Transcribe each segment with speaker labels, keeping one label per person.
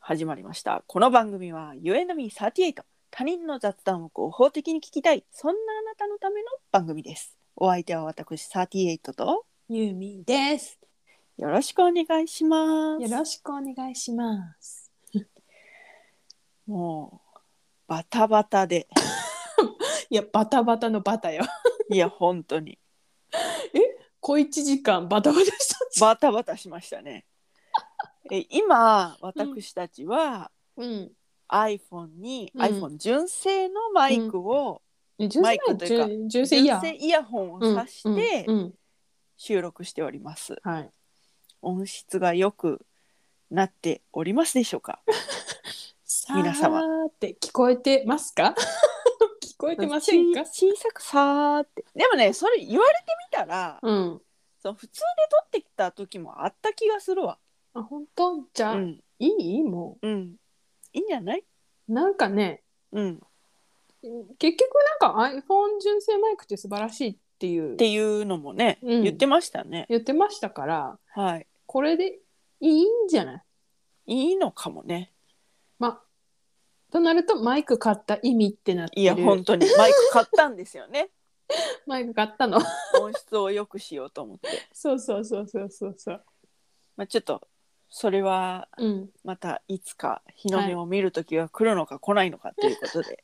Speaker 1: 始まりましたこの番組は「ゆえのみ38他人の雑談を合法的に聞きたいそんなあなたのための番組ですお相手は私38と
Speaker 2: ゆみです。
Speaker 1: よろしくお願いします
Speaker 2: よろしくお願いします。
Speaker 1: もうバタバタで
Speaker 2: いや、バタバタのバタよ。
Speaker 1: いや本当に
Speaker 2: 小一時間バタバタしたんじゃん。
Speaker 1: バタバタしましたねえ今私たちは
Speaker 2: うん。
Speaker 1: iPhone に、
Speaker 2: うん
Speaker 1: iPhone 純正のマイクを、
Speaker 2: 純
Speaker 1: マ
Speaker 2: 正
Speaker 1: イクというか
Speaker 2: 純純正イヤ
Speaker 1: 純
Speaker 2: ー
Speaker 1: 正イヤホンを挿して、
Speaker 2: うんうん
Speaker 1: 収録しております。
Speaker 2: うんはい。
Speaker 1: 音質が良くなっておりますでしょうか。皆様
Speaker 2: さ ーって聞こえてますか？聞こえてませんか？
Speaker 1: ち小さくさーって。でもね、それ言われてみたら、
Speaker 2: うん。
Speaker 1: その普通で撮ってきた時もあった気がするわ。
Speaker 2: あ、本当じゃ
Speaker 1: う
Speaker 2: あ、
Speaker 1: ん、
Speaker 2: いいも
Speaker 1: うん、いいんじゃない？
Speaker 2: うなんかね、
Speaker 1: うん、っ
Speaker 2: 結局なんか iPhone 純正マイクって素晴らしいっていう
Speaker 1: ていうのもね、
Speaker 2: うん
Speaker 1: 言ってましたね。
Speaker 2: 言ってましたから、
Speaker 1: はい、
Speaker 2: これでいいんじゃない？
Speaker 1: いいのかもね。
Speaker 2: まあ、となるとマイク買った意味ってなってる
Speaker 1: いや本当にマイク買ったんですよね。
Speaker 2: マイク買ったの
Speaker 1: 音質を良くしようと思って。
Speaker 2: そうそうそうそうそうそう
Speaker 1: まあちょっとそれは
Speaker 2: うん
Speaker 1: またいつか日の目を見る時が来るのか来ないのかということで。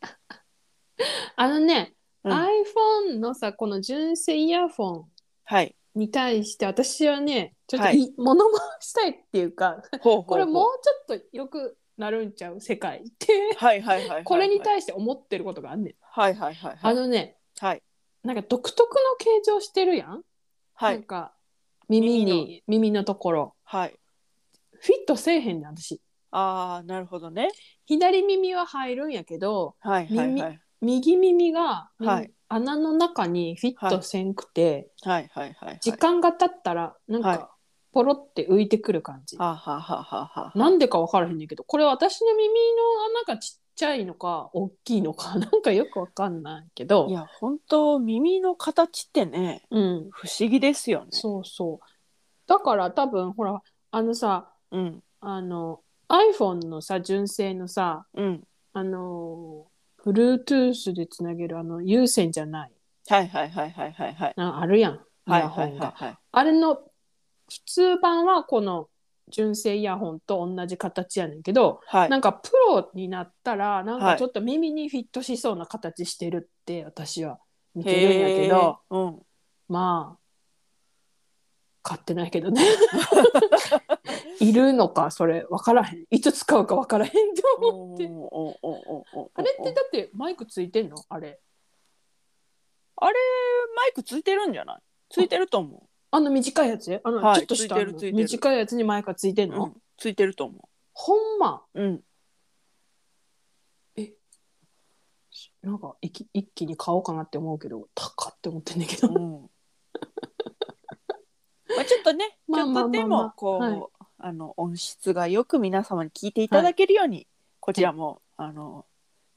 Speaker 2: あのね、
Speaker 1: うん
Speaker 2: iPhone のさこの純正イヤホ
Speaker 1: はい。
Speaker 2: ンに対して私はねちょっと
Speaker 1: はい
Speaker 2: い、物申したいってい うか
Speaker 1: ほうほうほう
Speaker 2: これもうちょっとよくなるんちゃう世界って
Speaker 1: はいはいはいはいはい
Speaker 2: これに対して思ってることがあんねん、
Speaker 1: はいはいはいはい
Speaker 2: あのね
Speaker 1: はい
Speaker 2: なんか独特の形状してるやん、
Speaker 1: は
Speaker 2: なん
Speaker 1: い
Speaker 2: か耳に耳のところ
Speaker 1: はい
Speaker 2: フィットせえへんねん私
Speaker 1: ああなるほどね
Speaker 2: 左耳は入るんやけど、
Speaker 1: はいはいはい
Speaker 2: 右耳が、
Speaker 1: はい
Speaker 2: 穴の中にフィットせんくて、
Speaker 1: はいはいはいはい
Speaker 2: 時間が経ったらなん
Speaker 1: はい
Speaker 2: かポロって浮いてくる感じ、
Speaker 1: はあはあはあはあはあ
Speaker 2: なんでか分からへんねんけどこれ私の耳の穴がちっちゃいのか大きいのか なんかよく分かんないけど
Speaker 1: いや本当耳の形ってね
Speaker 2: うん、
Speaker 1: 不思議ですよね
Speaker 2: そうそうだから多分ほらあのさ
Speaker 1: うん
Speaker 2: あの iPhone のさ純正のさ
Speaker 1: うん
Speaker 2: あの Bluetooth でつなげるあの有線じゃない
Speaker 1: はいはいはいはいはいはい
Speaker 2: なあるやんイ
Speaker 1: はい
Speaker 2: ヤホ
Speaker 1: は
Speaker 2: ン
Speaker 1: い
Speaker 2: が
Speaker 1: は。いはい
Speaker 2: あれの普通版はこの純正イヤホンと同じ形やねんけど、
Speaker 1: はい
Speaker 2: なんかプロになったらなんかちょっと耳にフィットしそうな形してるって私は見てるんやけど
Speaker 1: へー
Speaker 2: まあ買ってないけどねいるのかそれ分からへんいつ使うか分からへんと
Speaker 1: うんお
Speaker 2: 思う
Speaker 1: ーおーおーおーおー
Speaker 2: あれってだってマイクついてんのあれ
Speaker 1: あれマイクついてるんじゃないついてると思
Speaker 2: あの短いやつあの
Speaker 1: はい
Speaker 2: ちょっとしたあの
Speaker 1: ついてるついてる
Speaker 2: 短いやつにマイクがついてん
Speaker 1: う
Speaker 2: の、
Speaker 1: うんついてると思
Speaker 2: ほんま
Speaker 1: ううん
Speaker 2: なんか一気一気に買おうかなって思うけど高って思ってんだけど、
Speaker 1: うんまあちょっとね、
Speaker 2: まあ
Speaker 1: ちょ
Speaker 2: ま
Speaker 1: っと
Speaker 2: あまあ
Speaker 1: で
Speaker 2: まあ
Speaker 1: もこう、
Speaker 2: はい
Speaker 1: あの音質がよく皆様に聞いていただけるように、こちらも、あの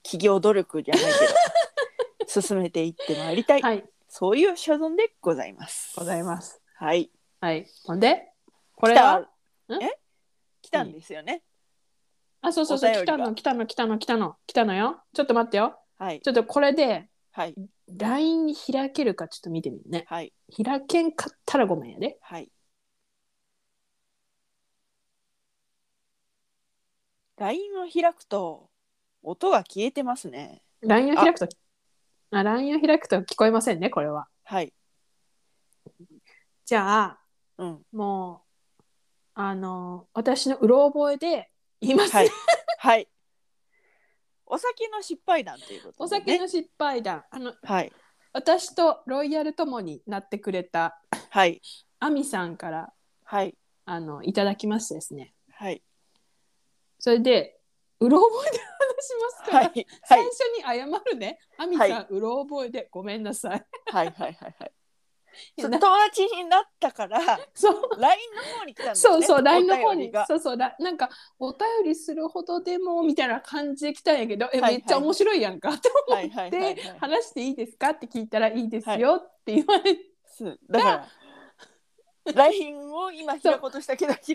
Speaker 1: 企業努力じゃないけど進めていってまいりたい、
Speaker 2: はい
Speaker 1: そういう所存でございます。
Speaker 2: ござい
Speaker 1: す。
Speaker 2: ます
Speaker 1: はい。
Speaker 2: はいほんでこ
Speaker 1: 来
Speaker 2: れ
Speaker 1: た
Speaker 2: はん
Speaker 1: え来たんですよね。
Speaker 2: あそうそうそう
Speaker 1: お便
Speaker 2: 来
Speaker 1: りが
Speaker 2: たの来たの来たの来たの来たのよちょっと待ってよ
Speaker 1: はい
Speaker 2: ちょっとこれで
Speaker 1: はい
Speaker 2: LINE に開けるかちょっと見てみるね
Speaker 1: はい
Speaker 2: 開けんかったらごめんやで
Speaker 1: はい。LINE を開くと音が消えてますね。
Speaker 2: LINE を開くとあ LINE を開くと聞こえませんねこれは
Speaker 1: はい。
Speaker 2: じゃあ
Speaker 1: うん。
Speaker 2: もうあの私のうろ覚えで言います、
Speaker 1: はい。はい。お酒の失敗談ということ
Speaker 2: お
Speaker 1: で、ね。
Speaker 2: 酒の失敗談あの
Speaker 1: はい。
Speaker 2: 私とロイヤル友になってくれた
Speaker 1: はい。
Speaker 2: アミさんから
Speaker 1: はい。
Speaker 2: あのいただきましてですね
Speaker 1: はい。
Speaker 2: それでうろ覚えで話しますか
Speaker 1: は
Speaker 2: ら、
Speaker 1: い。はい。は
Speaker 2: 最
Speaker 1: い
Speaker 2: 初に謝るねアミさん、
Speaker 1: は
Speaker 2: うろ覚えでごめんなさい。
Speaker 1: はい。はい。はい。
Speaker 2: い
Speaker 1: そ
Speaker 2: や
Speaker 1: う
Speaker 2: な
Speaker 1: 友達になった から、LINE
Speaker 2: そう
Speaker 1: の方に来たんだよね。
Speaker 2: そうそう LINE の方
Speaker 1: お便り
Speaker 2: に
Speaker 1: が
Speaker 2: そうそうらなんかお便りするほどでもみたいな感じで来たんやけど、え
Speaker 1: はい
Speaker 2: めっちゃ面白いやんかって思って、
Speaker 1: はいはいはいはい
Speaker 2: 話していいですかって聞いたらいいですよって言われて、
Speaker 1: そうだから、LINE を今開こうとしたけど、開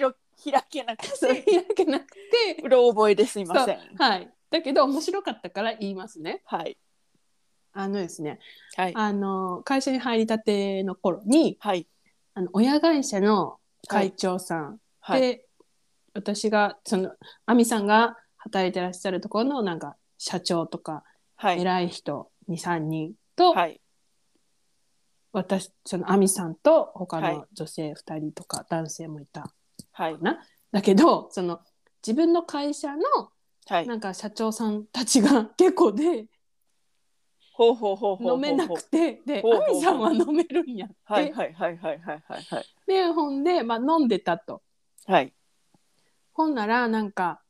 Speaker 1: 開けなく
Speaker 2: それ
Speaker 1: て
Speaker 2: 開けなくて
Speaker 1: うろ覚えですいません
Speaker 2: はいだけど面白かったから言いますね
Speaker 1: はい
Speaker 2: あのですね
Speaker 1: はい
Speaker 2: あの会社に入りたての頃に
Speaker 1: はい
Speaker 2: あの親会社の会長さん
Speaker 1: はい
Speaker 2: で、私がその亜美さんが働いてらっしゃるところのなんか社長とか
Speaker 1: はい
Speaker 2: 偉い人23人と、
Speaker 1: はい
Speaker 2: 私その亜美さんと他
Speaker 1: はい
Speaker 2: の女性2人とか男性もいた
Speaker 1: はい
Speaker 2: な、だけどその自分の会社の
Speaker 1: はい
Speaker 2: なんか社長さんたちが 結構で
Speaker 1: ほうほうほうほうほうほう
Speaker 2: 飲めなくてで
Speaker 1: ほうほうほう
Speaker 2: 亜美さんは飲めるんやって、
Speaker 1: はいはいはいはいはいはいはい
Speaker 2: でほんで、まあ、飲んでたと。
Speaker 1: はい
Speaker 2: ほんならなんか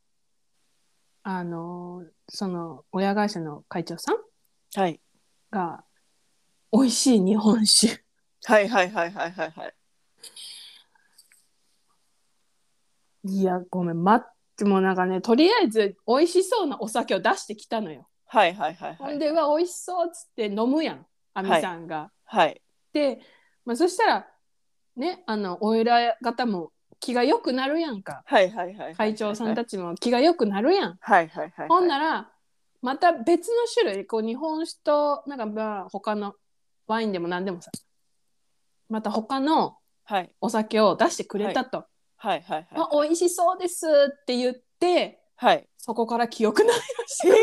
Speaker 2: あのーその親会社の会長さん
Speaker 1: はい
Speaker 2: が美味しい日本酒
Speaker 1: はいはいはいはいはいはい
Speaker 2: いやごめん待ってもうなんかねとりあえず美味しそうなお酒を出してきたのよ、
Speaker 1: はいはいはい
Speaker 2: ほ
Speaker 1: は
Speaker 2: ん
Speaker 1: い
Speaker 2: でうわ美味しそうっつって飲むやん亜美さんが、
Speaker 1: はい
Speaker 2: で、まあ、そしたらねあのお偉方も気が良くなるやんか
Speaker 1: はいはいはい
Speaker 2: 会長さん
Speaker 1: ち
Speaker 2: たちも気が良くなるやん
Speaker 1: はいはいはいはい
Speaker 2: ほんならまた別の種類こう日本酒となんかまあ他のワインでも何でもさまた他の
Speaker 1: はい
Speaker 2: お酒を出してくれたと、
Speaker 1: はいはい
Speaker 2: ま
Speaker 1: は
Speaker 2: あ、美味しそうですって言って
Speaker 1: いはい
Speaker 2: そこから記憶ないらしい、ほん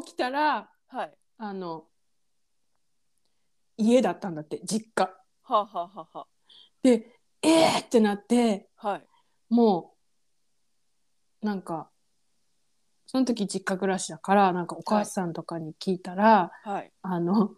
Speaker 2: で起きたら
Speaker 1: はい
Speaker 2: あの家だったんだって実家
Speaker 1: はあはあはあは
Speaker 2: でえーってなって
Speaker 1: あはい
Speaker 2: もうなんかその時実家暮らしだからなんかお母さんとかに聞いたら、
Speaker 1: はい
Speaker 2: あの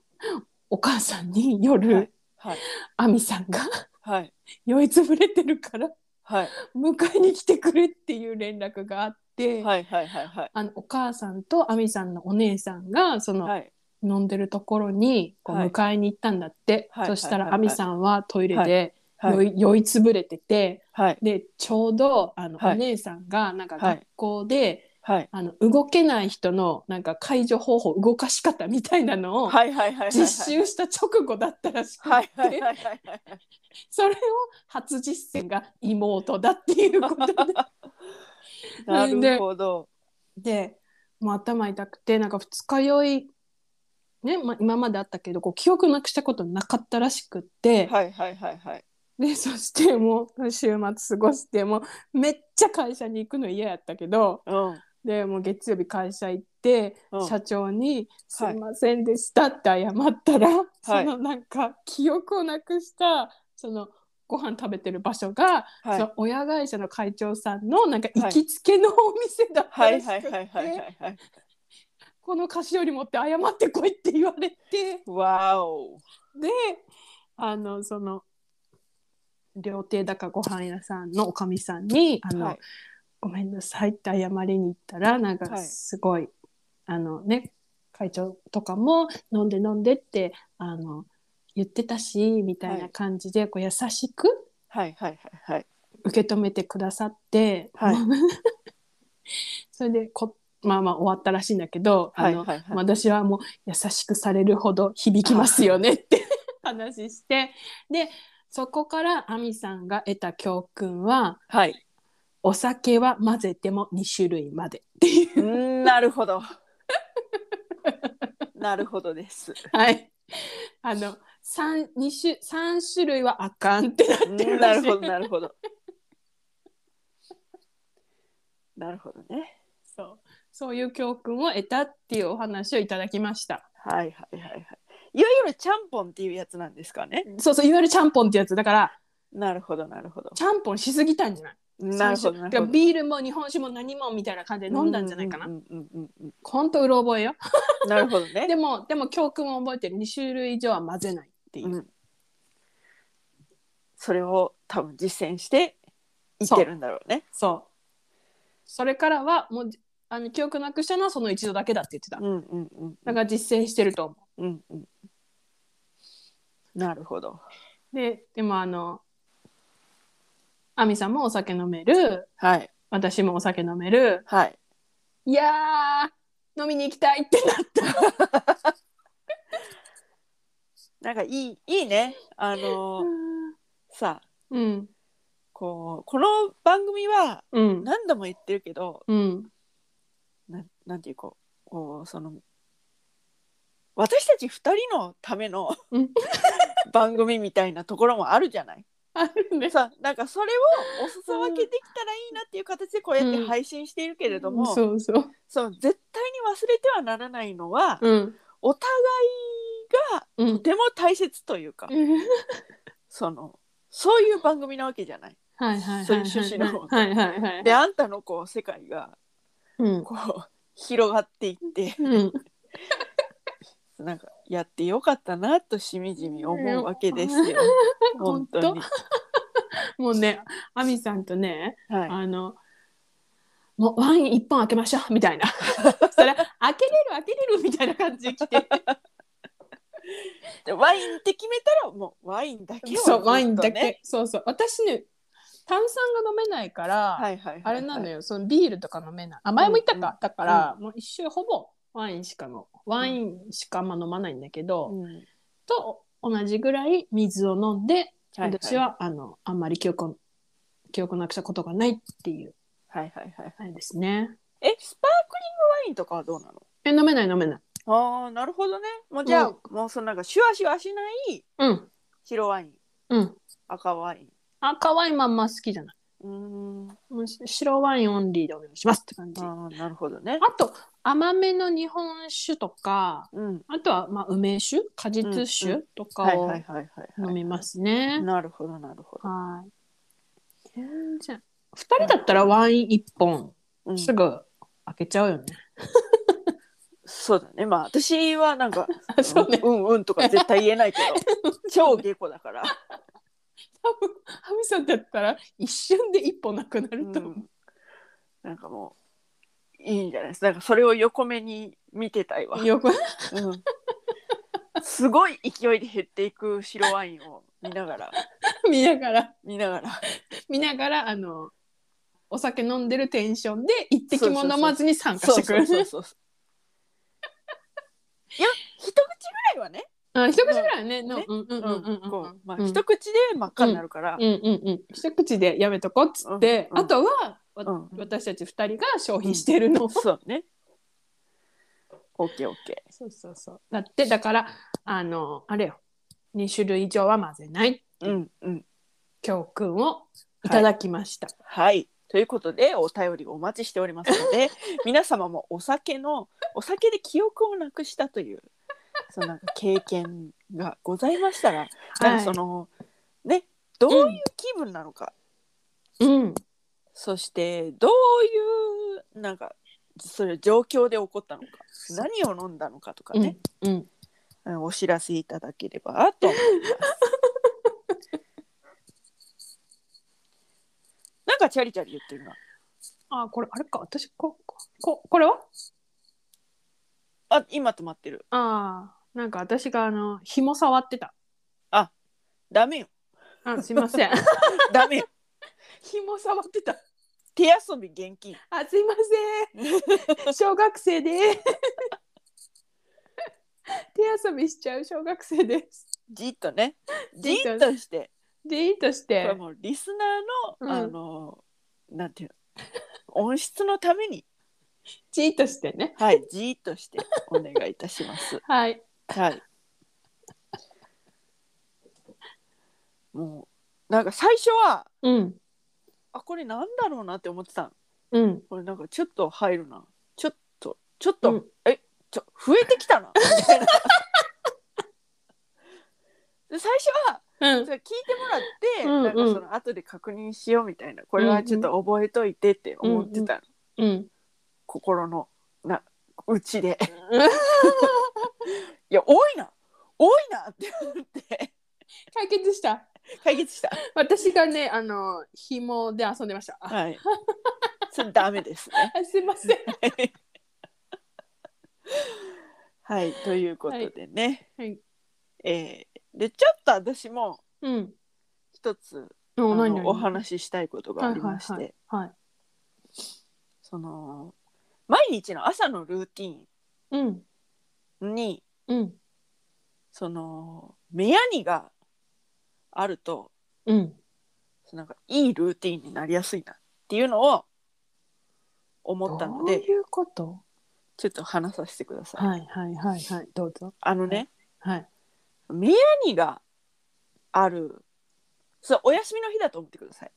Speaker 2: お母さんに夜、
Speaker 1: はいはい
Speaker 2: 亜美さんが
Speaker 1: はい
Speaker 2: 酔いつぶれてるから
Speaker 1: はい
Speaker 2: 迎えに来てくれっていう連絡があって、
Speaker 1: はいはいはいはい
Speaker 2: あのお母さんと亜美さんのお姉さんがその、
Speaker 1: はい
Speaker 2: 飲んでるところにこう
Speaker 1: はい
Speaker 2: 迎えに行ったんだって、
Speaker 1: はい
Speaker 2: そし
Speaker 1: は
Speaker 2: たら
Speaker 1: いは
Speaker 2: 亜
Speaker 1: いはい
Speaker 2: 美さんはトイレで
Speaker 1: は
Speaker 2: 酔
Speaker 1: い
Speaker 2: い,、酔いつぶれてて
Speaker 1: はい
Speaker 2: でちょうどあの、
Speaker 1: はい
Speaker 2: お姉さんがなんか
Speaker 1: はい
Speaker 2: 学校で、
Speaker 1: はい
Speaker 2: あの動けない人のなんか解除方法動かし方みたいなのを
Speaker 1: はいはいはいはい
Speaker 2: 実習した直後だったらしくて、
Speaker 1: はいはいはいはいはい
Speaker 2: それを初実践が妹だっていうこ とで
Speaker 1: なるほど
Speaker 2: でもう頭痛くてなんか二日酔い、ねまあ、今まであったけどこう記憶なくしたことなかったらしくって、
Speaker 1: はいはいはいはい
Speaker 2: でそしてもう週末過ごしてもうめっちゃ会社に行くの嫌やったけど
Speaker 1: うん
Speaker 2: でもう月曜日会社行って、
Speaker 1: うん
Speaker 2: 社長に「すいませんでした」って謝ったら、そのなんか記憶をなくしたそのご飯食べてる場所が、
Speaker 1: はい
Speaker 2: その親会社の会長さんのなんか行きつけのお店だった
Speaker 1: は
Speaker 2: ら
Speaker 1: い
Speaker 2: し
Speaker 1: はい
Speaker 2: く
Speaker 1: はいはいは
Speaker 2: て
Speaker 1: いはい
Speaker 2: この菓子折り持って謝ってこいって言われて
Speaker 1: わお
Speaker 2: であのその料亭だかご飯屋さんのおかみさんにあの、
Speaker 1: はい
Speaker 2: ごめんなさいって謝りに行ったらなんか
Speaker 1: はい
Speaker 2: すごい、あのね会長とかも飲んで飲んでってあの言ってたしみたい
Speaker 1: は
Speaker 2: ない感じで、こう優しく
Speaker 1: はいはいはいはい
Speaker 2: 受け止めてくださって、
Speaker 1: はい
Speaker 2: それでこまあまあ終わったらしいんだけど、
Speaker 1: はい
Speaker 2: あの
Speaker 1: はいはい
Speaker 2: 私はもう優しくされるほど響きますよねって話してでそこから亜美さんが得た教訓は
Speaker 1: はい
Speaker 2: お酒は混ぜても2種類までっていう
Speaker 1: うーんなる ほどなるほどです
Speaker 2: はい。あの、三、二種、三種類はあかんってな
Speaker 1: う
Speaker 2: っ
Speaker 1: ん
Speaker 2: てる
Speaker 1: な
Speaker 2: らし
Speaker 1: る
Speaker 2: い。
Speaker 1: ほどなるほどなるほどね
Speaker 2: そう、そういう教訓を得たっていうお話をいただきました。
Speaker 1: はいはいはいはいいわゆるちゃんぽんっていうやつなんですかね
Speaker 2: そうそう、いわゆるちゃんぽんってやつ、だから、
Speaker 1: なるほどなるほど
Speaker 2: ちゃんぽんしすぎたんじゃない。
Speaker 1: なるほど
Speaker 2: 三
Speaker 1: な
Speaker 2: 種だ
Speaker 1: る
Speaker 2: か
Speaker 1: ほ
Speaker 2: ら
Speaker 1: ど
Speaker 2: ビールも日本酒も何もみたいな感じで飲んだんじゃないかな。
Speaker 1: うんうんうんうん
Speaker 2: ほんとうろ覚えよ。
Speaker 1: うんなるほどね
Speaker 2: でも、でも教訓を覚えてる、二種類以上は混ぜないっていう。
Speaker 1: うん、それを多分実践していってるんだろうね
Speaker 2: そう。それからは、もう、あの記憶なくしたのはその一度だけだって言ってた。
Speaker 1: うんうんうん
Speaker 2: だから実践してると思う。
Speaker 1: うんうんなるほど
Speaker 2: ででもあの亜美さんもお酒飲める
Speaker 1: はい
Speaker 2: 私もお酒飲める
Speaker 1: はい
Speaker 2: いやー飲みに行きたいってなった
Speaker 1: なんかいいいいねあのーさあ
Speaker 2: うん
Speaker 1: こうこの番組は
Speaker 2: うん
Speaker 1: 何度も言ってるけど
Speaker 2: うん
Speaker 1: ななんていうかこうその私たち2人のための
Speaker 2: うん
Speaker 1: 番組みたいなところもあるじゃない
Speaker 2: あるね
Speaker 1: さなんかそれをお裾分けできたらいいなっていう形でこうやって配信しているけれども、
Speaker 2: そうそう
Speaker 1: そう絶対に忘れてはならないのは、
Speaker 2: うん
Speaker 1: お互いが
Speaker 2: う
Speaker 1: と
Speaker 2: ん
Speaker 1: ても大切というか、そのそういう番組なわけじゃない。
Speaker 2: はいはい
Speaker 1: そう
Speaker 2: はいいう
Speaker 1: 趣旨の
Speaker 2: はいは いはい
Speaker 1: であんたのこう世界が
Speaker 2: うん
Speaker 1: こう広がっていって
Speaker 2: うん
Speaker 1: なんかやってよかったなとしみじみ思うわけですよ。 本当に。
Speaker 2: もうね亜美さんとね
Speaker 1: はい、
Speaker 2: あのもうワイン一本開けましょうみたいなそれ開けれる開けれるみたいな感じで来て
Speaker 1: でワインって決めたらもうワインだけを、
Speaker 2: そうワインだけ。そうそう私ね炭酸が飲めないから、
Speaker 1: はいはいはいはい、
Speaker 2: あれなのよそのビールとか飲めないあ前も言ったか、
Speaker 1: うんう
Speaker 2: だから、もう一周ほぼワインしかのワインしかあんま飲まないんだけど、
Speaker 1: うん。
Speaker 2: と同じぐらい水を飲んで、
Speaker 1: はいはい
Speaker 2: 私はあのあんまり記憶を記憶をなくしたことがないっていう
Speaker 1: はいはいはい。
Speaker 2: あれですね
Speaker 1: えスパークリングワインとかはどうなの
Speaker 2: え飲めない飲めない
Speaker 1: ああなるほどね。もうじゃあ、
Speaker 2: う
Speaker 1: もうそのなんかシュワシュワしない
Speaker 2: うん
Speaker 1: 白ワイン
Speaker 2: うん
Speaker 1: 赤ワイ
Speaker 2: 赤ワインまんま好きじゃない
Speaker 1: ン。うーんあ
Speaker 2: もう白ワインオンリーでお願いしますって感じあ
Speaker 1: あなるほどね。
Speaker 2: と甘めの日本酒とか
Speaker 1: うん
Speaker 2: あとはまあ梅酒果実
Speaker 1: うんう
Speaker 2: 酒と
Speaker 1: はい
Speaker 2: かを
Speaker 1: はいはいはい
Speaker 2: 飲
Speaker 1: はい。
Speaker 2: みますね、
Speaker 1: なるほどなるほど。
Speaker 2: はいじゃあ2人だったらワイン1本
Speaker 1: うん
Speaker 2: すぐ開けちゃうよね、
Speaker 1: そうだねまあ私はなん か
Speaker 2: そうね
Speaker 1: うんうんとか絶対言えないけど 超下戸だから、
Speaker 2: 多分ハミさんだったら一瞬で一本なくな
Speaker 1: う
Speaker 2: ると思う、
Speaker 1: ん、なんかもういいんじゃないですかなんかそれを横目に見てたいわ、
Speaker 2: よく
Speaker 1: うんすごい勢いで減っていく白ワインを見ながら
Speaker 2: 見ながら
Speaker 1: 見ながら
Speaker 2: 見ながらあのお酒飲んでるテンションで一滴も飲まずに参加してくる
Speaker 1: そうそうそうそういや一口ぐらいはね
Speaker 2: あ一口ぐらいねの
Speaker 1: ね
Speaker 2: うんうんうんうんうん
Speaker 1: こうまあ
Speaker 2: うん
Speaker 1: 一口で真っ赤になるから、
Speaker 2: うんうんうん一口でやめとこうっつって、
Speaker 1: うんうん
Speaker 2: あとは、わ
Speaker 1: うん
Speaker 2: 私たち二人が消費してるの、
Speaker 1: そうね。オッケーオッケ
Speaker 2: そうそうそうだってだからあのあれよ2種類以上は混ぜない
Speaker 1: ー。うんうん。
Speaker 2: 教訓をいただきました、
Speaker 1: はい。ということでお便りお待ちしておりますの で皆様もお酒のお酒で記憶をなくしたというそのなんか経験がございましたら、なんかそのねどういう気分なのか、
Speaker 2: うん
Speaker 1: そしてどういうなんかそれ状況で起こったのか何を飲んだのかとかね、
Speaker 2: うん
Speaker 1: うんお知らせいただければと思います。なんかチャリチャリ言ってるな。
Speaker 2: あこれあれか私ここここれは
Speaker 1: あ、今止まってる。
Speaker 2: ああなんか私があの紐触ってた
Speaker 1: ダメよ。
Speaker 2: あすいま せん
Speaker 1: ダメよ。
Speaker 2: 紐触ってた
Speaker 1: 手遊び厳禁。
Speaker 2: あすいません 小学生で 手遊びしちゃう小学生です
Speaker 1: じっとね。じ
Speaker 2: じっと
Speaker 1: っとして。
Speaker 2: でいいと
Speaker 1: こ
Speaker 2: し
Speaker 1: れ
Speaker 2: て
Speaker 1: もうリスナーの、
Speaker 2: うん
Speaker 1: あの、なんていうの。音質のために。
Speaker 2: じっとしてね
Speaker 1: はい、じっとしてお願いいたします。
Speaker 2: はい
Speaker 1: はい。もう、なんか最初は、
Speaker 2: うん
Speaker 1: あ、これなんだろうなって思ってたの
Speaker 2: うん
Speaker 1: これなんかちょっと入るなちょっとちょっと、
Speaker 2: うん
Speaker 1: えちょ増えてきたなみたいな で最初は
Speaker 2: う
Speaker 1: そ
Speaker 2: ん
Speaker 1: れ聞いてもらって、
Speaker 2: うんうん
Speaker 1: なんかその後で確認しようみたいなこれはちょっと覚えといてって思ってたの、
Speaker 2: うん
Speaker 1: 心のなうちで いや多いな多いなって思って
Speaker 2: 解決した
Speaker 1: 解決した
Speaker 2: 私がねあの紐で遊んでましたあ
Speaker 1: はいそれダメですね
Speaker 2: すいません
Speaker 1: はいということでね、
Speaker 2: はい
Speaker 1: えーでちょっと私も
Speaker 2: うん
Speaker 1: 一つあの
Speaker 2: お何々
Speaker 1: お話ししたいことがありまして、
Speaker 2: はいはい
Speaker 1: その毎日の朝のルーティ
Speaker 2: うん
Speaker 1: ンに
Speaker 2: うん
Speaker 1: その目やにがあると
Speaker 2: うん
Speaker 1: なんかいいルーティンになりやすいなっていうのを思ったの
Speaker 2: どう
Speaker 1: で
Speaker 2: いうこと
Speaker 1: ちょっと話させてください。
Speaker 2: はいはいはいはいどうぞ
Speaker 1: あのね、
Speaker 2: はい
Speaker 1: 宮にがあるそうお休みの日だと思ってください。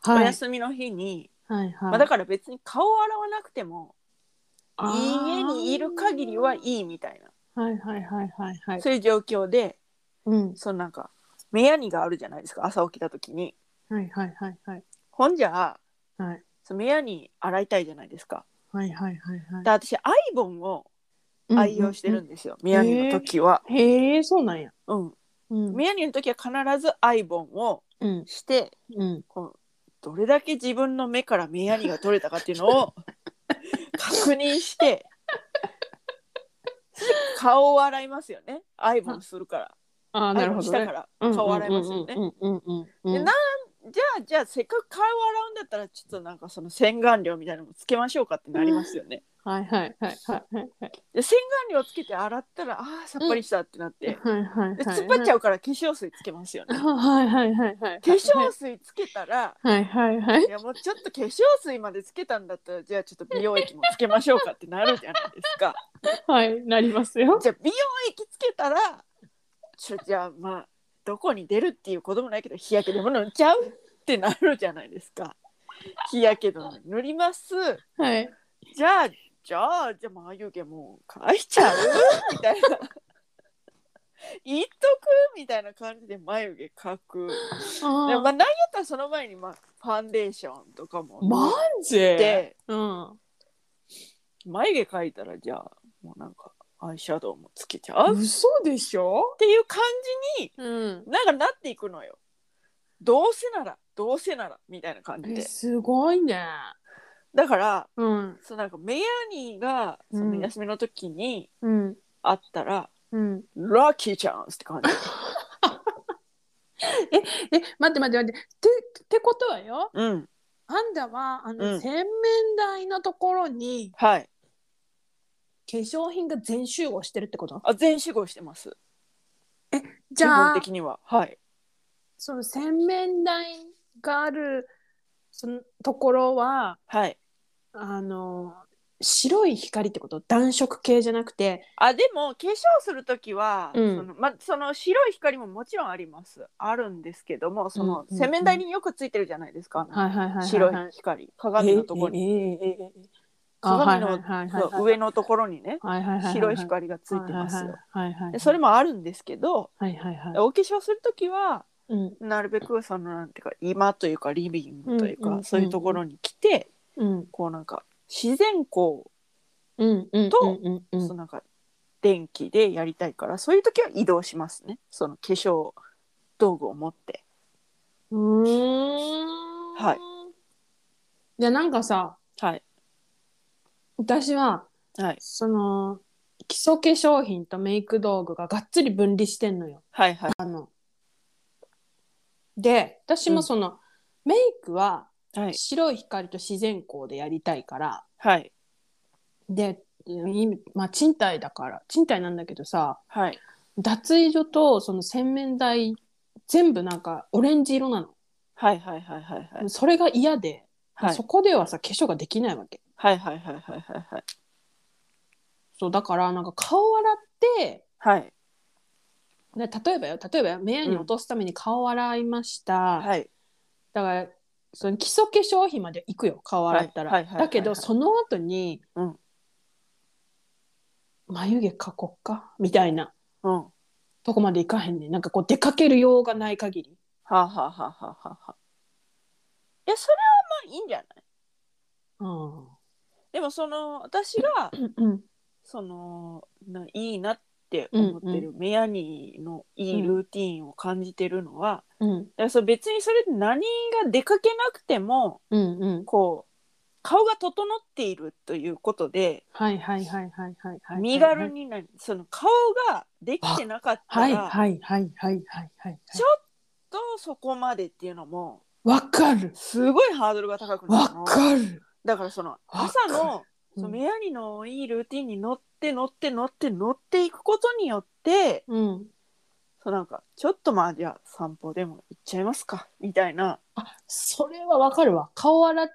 Speaker 2: は
Speaker 1: お
Speaker 2: い
Speaker 1: 休みの日に、
Speaker 2: はいはい
Speaker 1: まあ、だから別に顔を洗わなくても、
Speaker 2: あー
Speaker 1: 家にいる限りはいいみたいな、
Speaker 2: はいはいはいはいはい
Speaker 1: そういう状況で
Speaker 2: うん
Speaker 1: そのなんか宮にがあるじゃないですか朝起きた時に。
Speaker 2: はいはいはいはい
Speaker 1: ほんじゃあ
Speaker 2: はい
Speaker 1: その宮に洗いたいじゃないですか。
Speaker 2: はいはいはい
Speaker 1: で
Speaker 2: は
Speaker 1: 私アイボンを
Speaker 2: い
Speaker 1: 愛用してるんですよ、宮城の時は。
Speaker 2: うんうんへえそうなんや
Speaker 1: うん、
Speaker 2: うん
Speaker 1: 宮城の時は必ずアイボンを
Speaker 2: うん
Speaker 1: して
Speaker 2: うん
Speaker 1: こうどれだけ自分の目から宮城が取れたかっていうの を確認して顔を洗いますよねアイボンするから
Speaker 2: あー
Speaker 1: ア
Speaker 2: な
Speaker 1: イ
Speaker 2: る
Speaker 1: ボ
Speaker 2: ほ
Speaker 1: ンし
Speaker 2: ど
Speaker 1: た
Speaker 2: ね
Speaker 1: から顔を洗いますよね。
Speaker 2: うんうんうんうんうんう
Speaker 1: で
Speaker 2: ん
Speaker 1: なじゃあじゃあせっかく顔を洗うんだったらちょっとなんかその洗顔料みたいなのもつけましょうかってなりますよね。
Speaker 2: はいはいはいはいはいはい
Speaker 1: で洗顔料つけて洗ったらあーさっぱりしたってなって、
Speaker 2: はいはい
Speaker 1: で
Speaker 2: はい
Speaker 1: 突っ張っちゃうから化粧水つけますよね。
Speaker 2: はいはいはい はい
Speaker 1: 化粧水つけたら、
Speaker 2: はいはいは
Speaker 1: い
Speaker 2: い
Speaker 1: やもうちょっと化粧水までつけたんだったら、じゃあちょっと美容液もつけましょうかってなるじゃないですか。
Speaker 2: はいなりますよ
Speaker 1: じゃあ美容液つけたら、ちょじゃあまあどこに出るっていうこともないけど日焼け止め塗っちゃうってなるじゃないですか。日焼け止め塗ります。
Speaker 2: はい
Speaker 1: じゃあじゃあじゃあ眉毛もう描いちゃうみたいな。言っとくみたいな感じで眉毛描く。でもま
Speaker 2: あ
Speaker 1: あ、なんやったらその前に、まあ、ファンデーションとかも
Speaker 2: ーマジ
Speaker 1: で
Speaker 2: うん
Speaker 1: 眉毛描いたらじゃあもうなんかアイシャドウもつけちゃう、っ
Speaker 2: 嘘でしょ
Speaker 1: ていう感じに
Speaker 2: うん
Speaker 1: なんかなっていくのよどうせならどうせならみたいな感じ
Speaker 2: え
Speaker 1: です
Speaker 2: ごいね
Speaker 1: だから
Speaker 2: うん
Speaker 1: そうなんかメアニーがその休みの時に
Speaker 2: うん
Speaker 1: 会ったら、
Speaker 2: うん
Speaker 1: ラッキーチャンスって感じ
Speaker 2: え待って待って待ってってってことはよ
Speaker 1: うん
Speaker 2: あんたはあ
Speaker 1: う
Speaker 2: の、
Speaker 1: ん
Speaker 2: 洗面台のところに
Speaker 1: はい
Speaker 2: 化粧品が全集合してるってこと
Speaker 1: あ全集合してます
Speaker 2: じゃあ
Speaker 1: 基本的にははい
Speaker 2: その洗面台があるそのところは
Speaker 1: はい
Speaker 2: あの白い光ってこと暖色系じゃなくて
Speaker 1: あでも化粧する時は、
Speaker 2: うん
Speaker 1: そのま、その白い光ももちろんありますあるんですけどもそ
Speaker 2: うん
Speaker 1: の
Speaker 2: うんうん
Speaker 1: 洗面台によくついてるじゃないですか、
Speaker 2: はいはいはいはい、はい、
Speaker 1: 白い光鏡のところに、
Speaker 2: に
Speaker 1: 鏡のそう上
Speaker 2: の
Speaker 1: のところにね白い光がついてますよ、
Speaker 2: はいはいはいはい
Speaker 1: でそれもあるんですけど
Speaker 2: はいはいはい
Speaker 1: お化粧する時は
Speaker 2: うん
Speaker 1: なるべくそのなんていうか今というかリビングというか、
Speaker 2: うんうんうん
Speaker 1: そういうところに来て
Speaker 2: うん
Speaker 1: こうなんか自然光
Speaker 2: うんうん
Speaker 1: と
Speaker 2: うんうんうん
Speaker 1: そのなんか電気でやりたいからそういう時は移動しますねその化粧道具を持って
Speaker 2: うーん
Speaker 1: はい
Speaker 2: でなんかさ
Speaker 1: はい
Speaker 2: 私は
Speaker 1: はい
Speaker 2: その基礎化粧品とメイク道具ががっつり分離してんのよ
Speaker 1: はいはい
Speaker 2: あので私もその、メイクは
Speaker 1: はい
Speaker 2: 白い光と自然光でやりたいから
Speaker 1: はい
Speaker 2: で、いまあ、賃貸だから賃貸なんだけどさ
Speaker 1: はい
Speaker 2: 脱衣所とその洗面台全部なんかオレンジ色なの、
Speaker 1: はいはいはいはいはい
Speaker 2: それが嫌で、
Speaker 1: はい
Speaker 2: そこではさ化粧ができないわけ
Speaker 1: はいはいはいはいはいはい
Speaker 2: そうだからなんか顔洗って
Speaker 1: はい
Speaker 2: で例えばよ例えばよ目に落とすために顔洗いました、
Speaker 1: はい
Speaker 2: だからその基礎化粧品まで行くよ顔洗ったら、
Speaker 1: はいはいはいはい
Speaker 2: だけどその後に、
Speaker 1: うん
Speaker 2: 眉毛描こっかみたいな
Speaker 1: うんは
Speaker 2: とこまで行かへんねんなんかこう出かける用がない限り
Speaker 1: あ、はあはあはあはあはあ、いやそれはまあいいんじゃない
Speaker 2: うん
Speaker 1: でもその私が
Speaker 2: うん
Speaker 1: そのないいなって思ってるメアニーのいいルーティンを感じてるのは、
Speaker 2: うん
Speaker 1: だからそれ別にそれで何が出かけなくても
Speaker 2: うんうん
Speaker 1: こう顔が整っているということで
Speaker 2: はいはいはいはいはいはい
Speaker 1: 身軽になる、その顔ができてなかったら、
Speaker 2: はいはいはいはいはいはい
Speaker 1: ちょとそこまでっていうのも
Speaker 2: わかる
Speaker 1: すごいハードルが高くな
Speaker 2: わ
Speaker 1: るの
Speaker 2: かる
Speaker 1: だからその
Speaker 2: かる
Speaker 1: 朝の
Speaker 2: うん
Speaker 1: そのメアリのいいルーティンに乗って乗って乗って乗っていくことによって
Speaker 2: うん
Speaker 1: そうなんかちょっとまあじゃあ散歩でも行っちゃいますかみたいな、
Speaker 2: あそれはわかるわ顔洗って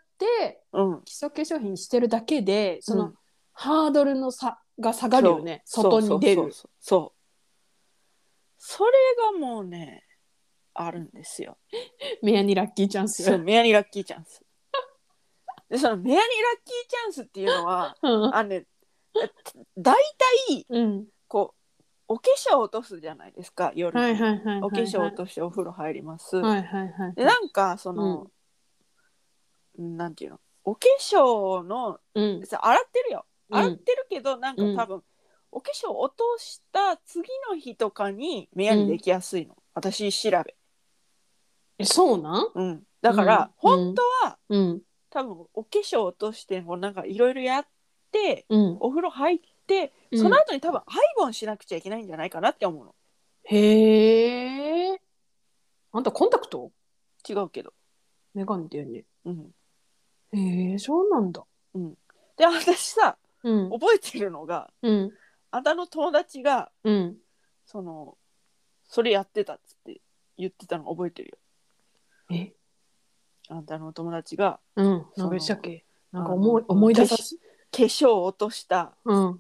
Speaker 1: うん、
Speaker 2: 基礎化粧品してるだけでその、
Speaker 1: うん
Speaker 2: ハードルの差が下がるよね
Speaker 1: そう
Speaker 2: 外に出
Speaker 1: そう
Speaker 2: る
Speaker 1: そうそうそうそれがもうねあるんですよ
Speaker 2: 目やにラッキーチャンス
Speaker 1: そうメアリーラッキーチャンスでそのメアリーラッキーチャンスっていうの は
Speaker 2: うん
Speaker 1: あのね大体
Speaker 2: うん
Speaker 1: こうお化粧落とすじゃないですか夜、
Speaker 2: はいはいはいはい
Speaker 1: お化粧落としてお風呂入ります、
Speaker 2: はいはいはい
Speaker 1: でなんかその、なんていうのお化粧の
Speaker 2: うん
Speaker 1: さ洗ってるよ
Speaker 2: うん
Speaker 1: 洗ってるけど、なんか
Speaker 2: うん
Speaker 1: 多分、お化粧落とした次の日とかに目やにできやすいの、私調べ、
Speaker 2: えそうなん
Speaker 1: うん、だから、
Speaker 2: うん
Speaker 1: 本当は、
Speaker 2: うん
Speaker 1: 多分お化粧落としてもうなんかいろいろやって
Speaker 2: うん
Speaker 1: お風呂入って
Speaker 2: うん
Speaker 1: その後に多分アイボンしなくちゃいけないんじゃないかなって思うの
Speaker 2: へえあんたコンタクト
Speaker 1: 違うけど、
Speaker 2: メガネだよね
Speaker 1: うん、
Speaker 2: へえそうなんだ
Speaker 1: で私さ
Speaker 2: うん
Speaker 1: 覚えてるのが
Speaker 2: うん
Speaker 1: あんたの友達が
Speaker 2: うん
Speaker 1: そのそれやってたっつって言ってたの覚えてるよ
Speaker 2: え
Speaker 1: あんたの友達が
Speaker 2: うん
Speaker 1: その
Speaker 2: 何でしたっけなんか
Speaker 1: あの
Speaker 2: 思い思い出さ
Speaker 1: 化粧を落とした
Speaker 2: うん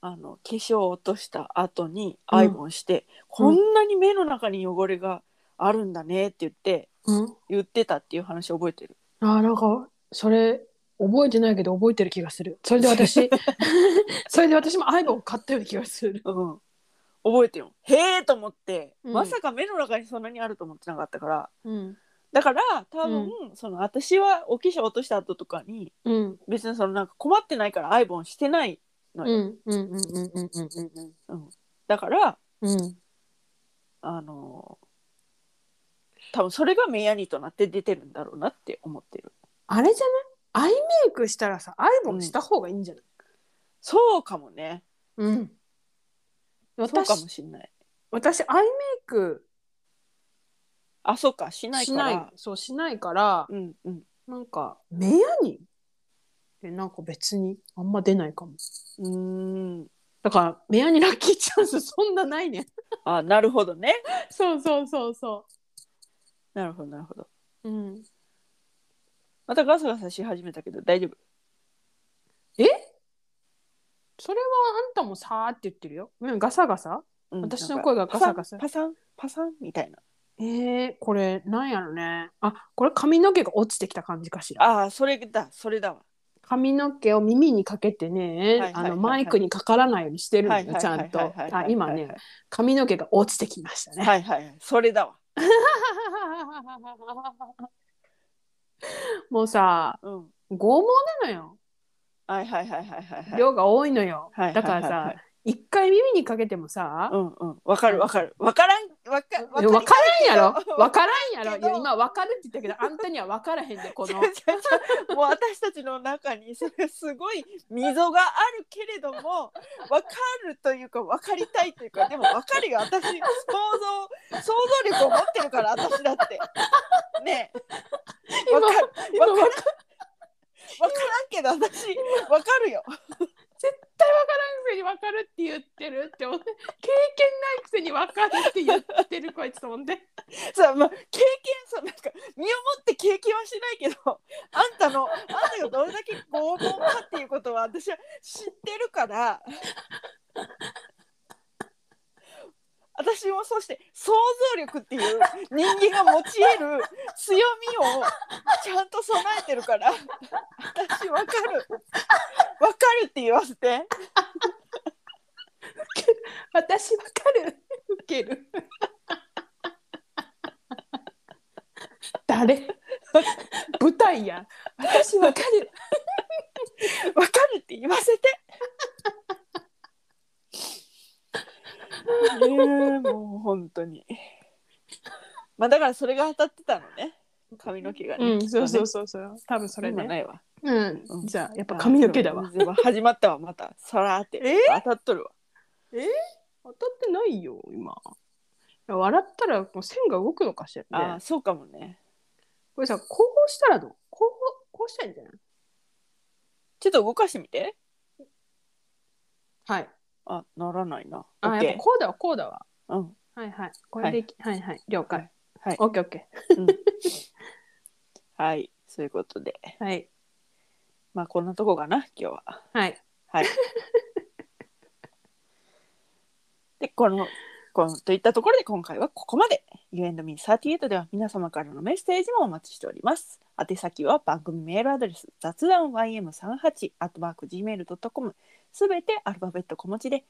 Speaker 1: あの化粧を落とした後にアイボンして、こんなに目の中に汚れがあるんだねって言って
Speaker 2: うん
Speaker 1: 言ってたっていう話覚えてる
Speaker 2: あーなんかそれ覚えてないけど覚えてる気がするそれで私それで私もアイボン買ったような気がする
Speaker 1: うん、覚えてよへえと思って、
Speaker 2: うん
Speaker 1: まさか目の中にそんなにあると思ってなかったから
Speaker 2: うん
Speaker 1: だから多分、その私はお化粧落とした後とかに
Speaker 2: うん
Speaker 1: 別にそのなんか困ってないからアイボンしてない
Speaker 2: う
Speaker 1: の
Speaker 2: んう
Speaker 1: よ、
Speaker 2: んうんうんうんうんうん
Speaker 1: だから
Speaker 2: うんうん
Speaker 1: あのー多分それが目やにとなって出てるんだろうなって思ってる
Speaker 2: あれじゃないアイメイクしたらさアイボンした方がいいんじゃない
Speaker 1: そうかもね
Speaker 2: うん
Speaker 1: そうか
Speaker 2: 私
Speaker 1: もしんない
Speaker 2: 私アイメイク
Speaker 1: あそうかしない
Speaker 2: し
Speaker 1: から
Speaker 2: ないそうしないから
Speaker 1: うんうん
Speaker 2: なんか目やにえなんか別にあんま出ないかも
Speaker 1: うーん
Speaker 2: だから目やにラッキーチャンス そんなないね
Speaker 1: あなるほどね
Speaker 2: そうそうそうそ
Speaker 1: なるほどなるほど
Speaker 2: ううん
Speaker 1: またガサガサし始めたけど大丈夫
Speaker 2: それはあんたもさーって言ってるよ。うん、ガサガサ
Speaker 1: うん
Speaker 2: 私の声がガサガサ
Speaker 1: なんかパサンパサンパサンみたいな
Speaker 2: えー、これなんやろね。あこれ髪の毛が落ちてきた感じかしら。
Speaker 1: ああそれだそれだわ
Speaker 2: 髪の毛を耳にかけてね、
Speaker 1: いはいはいはい
Speaker 2: あのマイクにかからないようにしてるの
Speaker 1: はい
Speaker 2: よ
Speaker 1: はい
Speaker 2: ち
Speaker 1: は
Speaker 2: ゃ
Speaker 1: いはい
Speaker 2: んと。
Speaker 1: はいはい
Speaker 2: あ今ね髪の毛が落ちてきましたね。
Speaker 1: はいはいはいそれだわ
Speaker 2: もうさ
Speaker 1: うん
Speaker 2: 拷問なのよ。
Speaker 1: はいはいはいはいはいはい
Speaker 2: 量が多いのよ。
Speaker 1: はい
Speaker 2: だか
Speaker 1: は
Speaker 2: ら
Speaker 1: いはい
Speaker 2: さ
Speaker 1: は
Speaker 2: 一回耳にかけてもさ、
Speaker 1: うんうんわかるわかるわからんわか
Speaker 2: わからんやろわ
Speaker 1: わ
Speaker 2: からんやろ
Speaker 1: け
Speaker 2: い
Speaker 1: ど
Speaker 2: や今わかるって言ったけどあんたにはわからへんでこの
Speaker 1: 違う違う違うもう私たちの中にそれすごい溝があるけれども分かるというか分かりたいというかでも分かるよ私想像想像力を持ってるから私だってねえ
Speaker 2: 今
Speaker 1: 分かる
Speaker 2: 今
Speaker 1: 分
Speaker 2: わ
Speaker 1: からん分から
Speaker 2: か
Speaker 1: んけど私分かるよ
Speaker 2: くせにわかるって言ってるって思って経験ないくせにわかるって言ってるこいつと思って
Speaker 1: さあまあ経験さなんか身をもって経験はしないけど あんたのあんたがどれだけ拷問かっていうことは私は知ってるから 私もそして想像力っていう人間が持ち得る強みをちゃんと備えてるから私わかるわかるって言わせて
Speaker 2: 私わかるウケる 誰舞台やん私わかる
Speaker 1: わかるって言わせて。ね えもう本当に。まあだからそれが当たってたのね。髪の毛がね。
Speaker 2: うんそうそう
Speaker 1: そ
Speaker 2: そうそう多分それ
Speaker 1: 今
Speaker 2: ね
Speaker 1: ないわ。
Speaker 2: うん
Speaker 1: うん
Speaker 2: じゃあやっぱ髪の毛だわ
Speaker 1: でも始まったわまた。さらーって。
Speaker 2: え
Speaker 1: 当たっとるわ。
Speaker 2: 当たってないよ今いや笑ったらもう線が動くのかしらね
Speaker 1: ああそうかもね。
Speaker 2: これさ、こうしたらどうこう、こうしたらいいんじゃない
Speaker 1: ちょっと動かしてみて。
Speaker 2: はい。
Speaker 1: あならないな。オ
Speaker 2: あ、
Speaker 1: ッ
Speaker 2: やっ
Speaker 1: ケ
Speaker 2: ぱこうだわ、こうだわ。
Speaker 1: ー。うん
Speaker 2: はいはい。これでいき、はい、はい了解。
Speaker 1: はい
Speaker 2: オッケーオッケ
Speaker 1: はいそういうことで
Speaker 2: ー。はい。
Speaker 1: まあこんなとこかな今日は
Speaker 2: はい。
Speaker 1: はいでこのこのといったところで今回はここまで You and me38 では皆様からのメッセージもお待ちしております宛先は番組メールアドレス雑談 ym38-gmail.com すべてアルファベット小文字で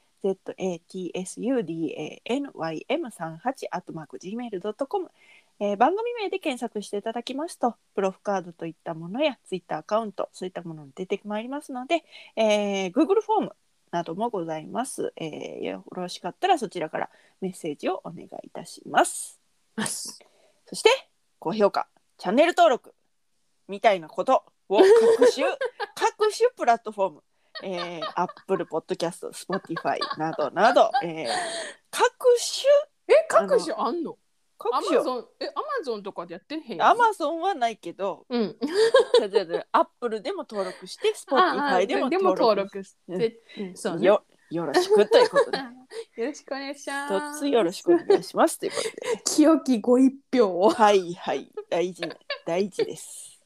Speaker 1: zatsudanym38-gmail.com えー番組名で検索していただきますとプロフカードといったものやツイッターアカウントそういったものに出てまいりますので、えー Google フォームなどもございます、えーよろしかったらそちらからメッセージをお願いいたします
Speaker 2: ます。
Speaker 1: そして高評価チャンネル登録みたいなことを各種各種プラットフォーム、えー、Apple Podcast Spotify などなど、えー各種
Speaker 2: え、各種あんのア
Speaker 1: 各
Speaker 2: マ
Speaker 1: 種
Speaker 2: ゾン、え、アマゾンとかでやってへん
Speaker 1: アマゾンはないけど
Speaker 2: うん。
Speaker 1: 違う違う違う Apple でも登録して
Speaker 2: ああ
Speaker 1: Spotify でも
Speaker 2: でも登
Speaker 1: 登録
Speaker 2: 録して。うんそうね。よ
Speaker 1: よよろしくということで
Speaker 2: ろしくお願いしま
Speaker 1: 一
Speaker 2: す
Speaker 1: つ。よろしくお願いしますということで
Speaker 2: 清きご一票を
Speaker 1: はいはい大事大事です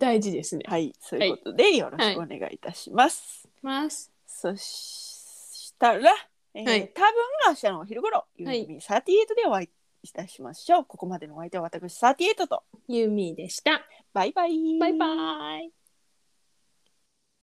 Speaker 2: 大事ですね。
Speaker 1: はいそういうことでよろしくお願いいたします、
Speaker 2: ます。
Speaker 1: そしたら、えー
Speaker 2: はい
Speaker 1: 多分明日のお昼頃ゆう
Speaker 2: はい
Speaker 1: み38でお会いいたしましょうここまでのお相手は私38と
Speaker 2: ユーミーでした。
Speaker 1: バイバイ
Speaker 2: バイバイ。